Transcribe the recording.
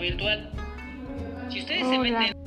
virtual. Si ustedes se Hola. meten